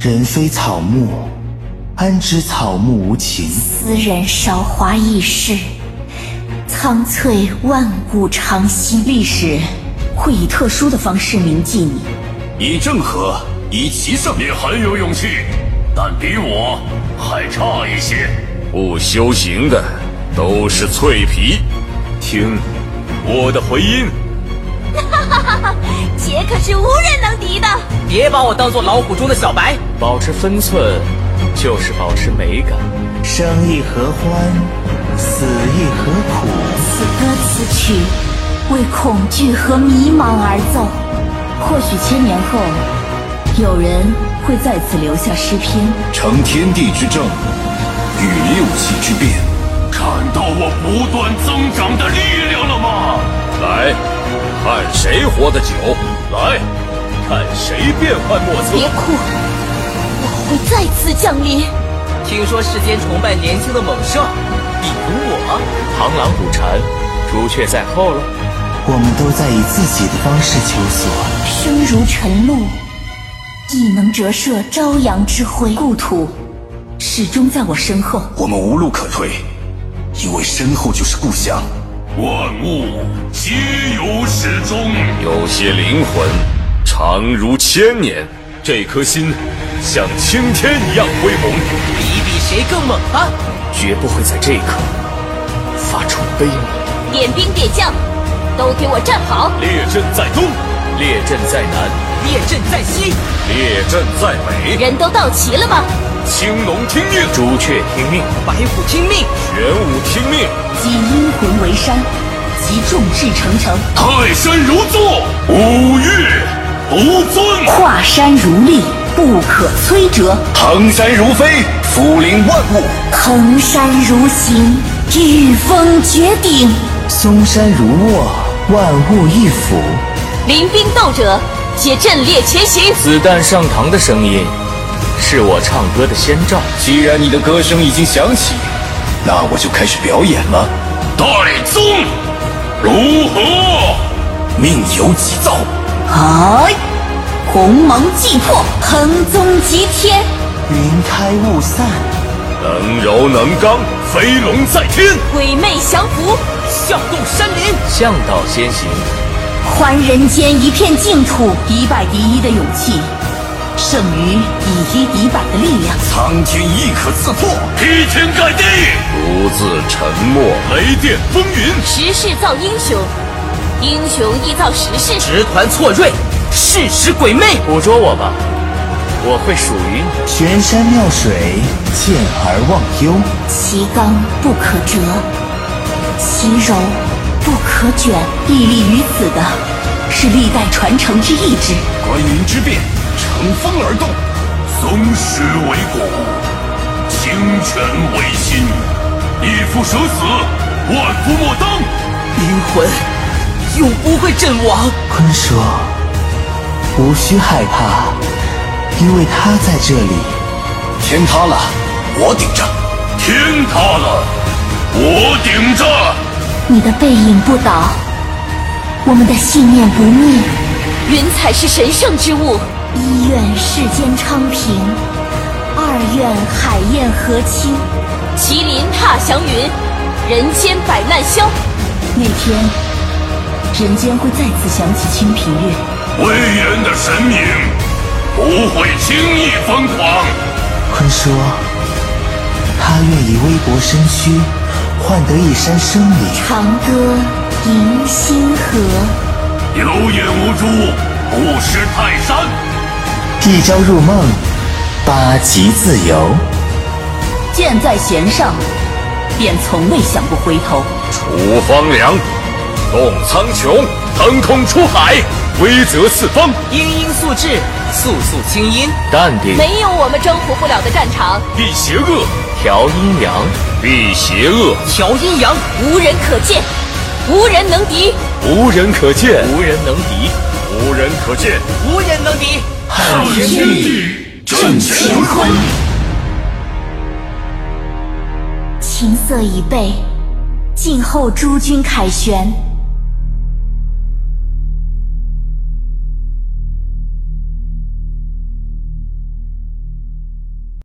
人非草木，安知草木无情？斯人韶华易逝，苍翠万古长新。历史会以特殊的方式铭记你。以正和，以其上。你很有勇气，但比我还差一些。不修行的都是脆皮。听我的回音，杰可是无人能敌的。别把我当做老虎中的小白。保持分寸，就是保持美感。生亦何欢，死亦何苦？此歌此曲，为恐惧和迷茫而奏。或许千年后，有人会在此留下诗篇。承天地之正，与六气之变。看到我不断增长的力量了吗？来，看谁活得久。来，看谁变幻莫测。别哭，我会再次降临。听说世间崇拜年轻的猛兽，比如我，螳螂捕蝉，朱雀在后了。我们都在以自己的方式求索。生如晨露，亦能折射朝阳之辉。故土始终在我身后。我们无路可退，因为身后就是故乡。万物皆有始终。有些灵魂长如千年，这颗心像青天一样恢宏。比一比谁更猛啊吧。绝不会在这一刻发出悲鸣。点兵点将，都给我站好！列阵在东，列阵在南，列阵在西，列阵在北。人都到齐了吗？青龙听命，朱雀听命，白虎听命，玄武听命，集阴魂为山，集众志成城，泰山如坐，五岳不尊。华山如立，不可摧折。衡山如飞，俯临万物。衡山如行，御风绝顶。嵩山如卧，万物一俯。临兵斗者，皆阵列前行。子弹上膛的声音，是我唱歌的先兆。既然你的歌声已经响起，那我就开始表演了。戴宗如何？命由己造，好，鸿蒙既破，横宗极天，云开雾散，能柔能刚，飞龙在天，鬼魅降服，啸动山林。向导先行，还人间一片净土。一败敌一的勇气，胜于以一敌百的力量。苍天亦可自破。劈天盖地，独自沉默，雷电风云。时势造英雄，英雄亦造时势。直团错锐，适时鬼魅。捕捉我吧，我会属于你。玄山妙水，健而忘忧。其刚不可折，其柔不可卷。屹立于此的，是历代传承之意志。关云之变，乘风而动。松石为骨，清泉为心。一夫舍死，万夫莫当。灵魂永不会阵亡。坤说：“无需害怕，因为他在这里。天塌了，我顶着。天塌了，我顶着。你的背影不倒，我们的信念不灭。云彩是神圣之物，一愿世间昌平，二愿海晏河清。麒麟踏祥云，人间百难消。那天，人间会再次响起清平乐。威严的神明不会轻易疯狂。”坤说：“他愿以微薄身躯，换得一山生灵。长歌迎星河，有眼无珠，不识泰山。一朝入梦，八极自由。箭在弦上，便从未想过回头。楚方凉，动苍穹，腾空出海，威泽四方。英英素质，素素清音。淡定，没有我们征服不了的战场，避邪恶，调阴阳，避邪恶，调阴阳，无人可见，无人能敌。无人可见，无人能敌。无人可见。无人能敌。上天地震乾坤。琴瑟已备，静候诸君凯旋。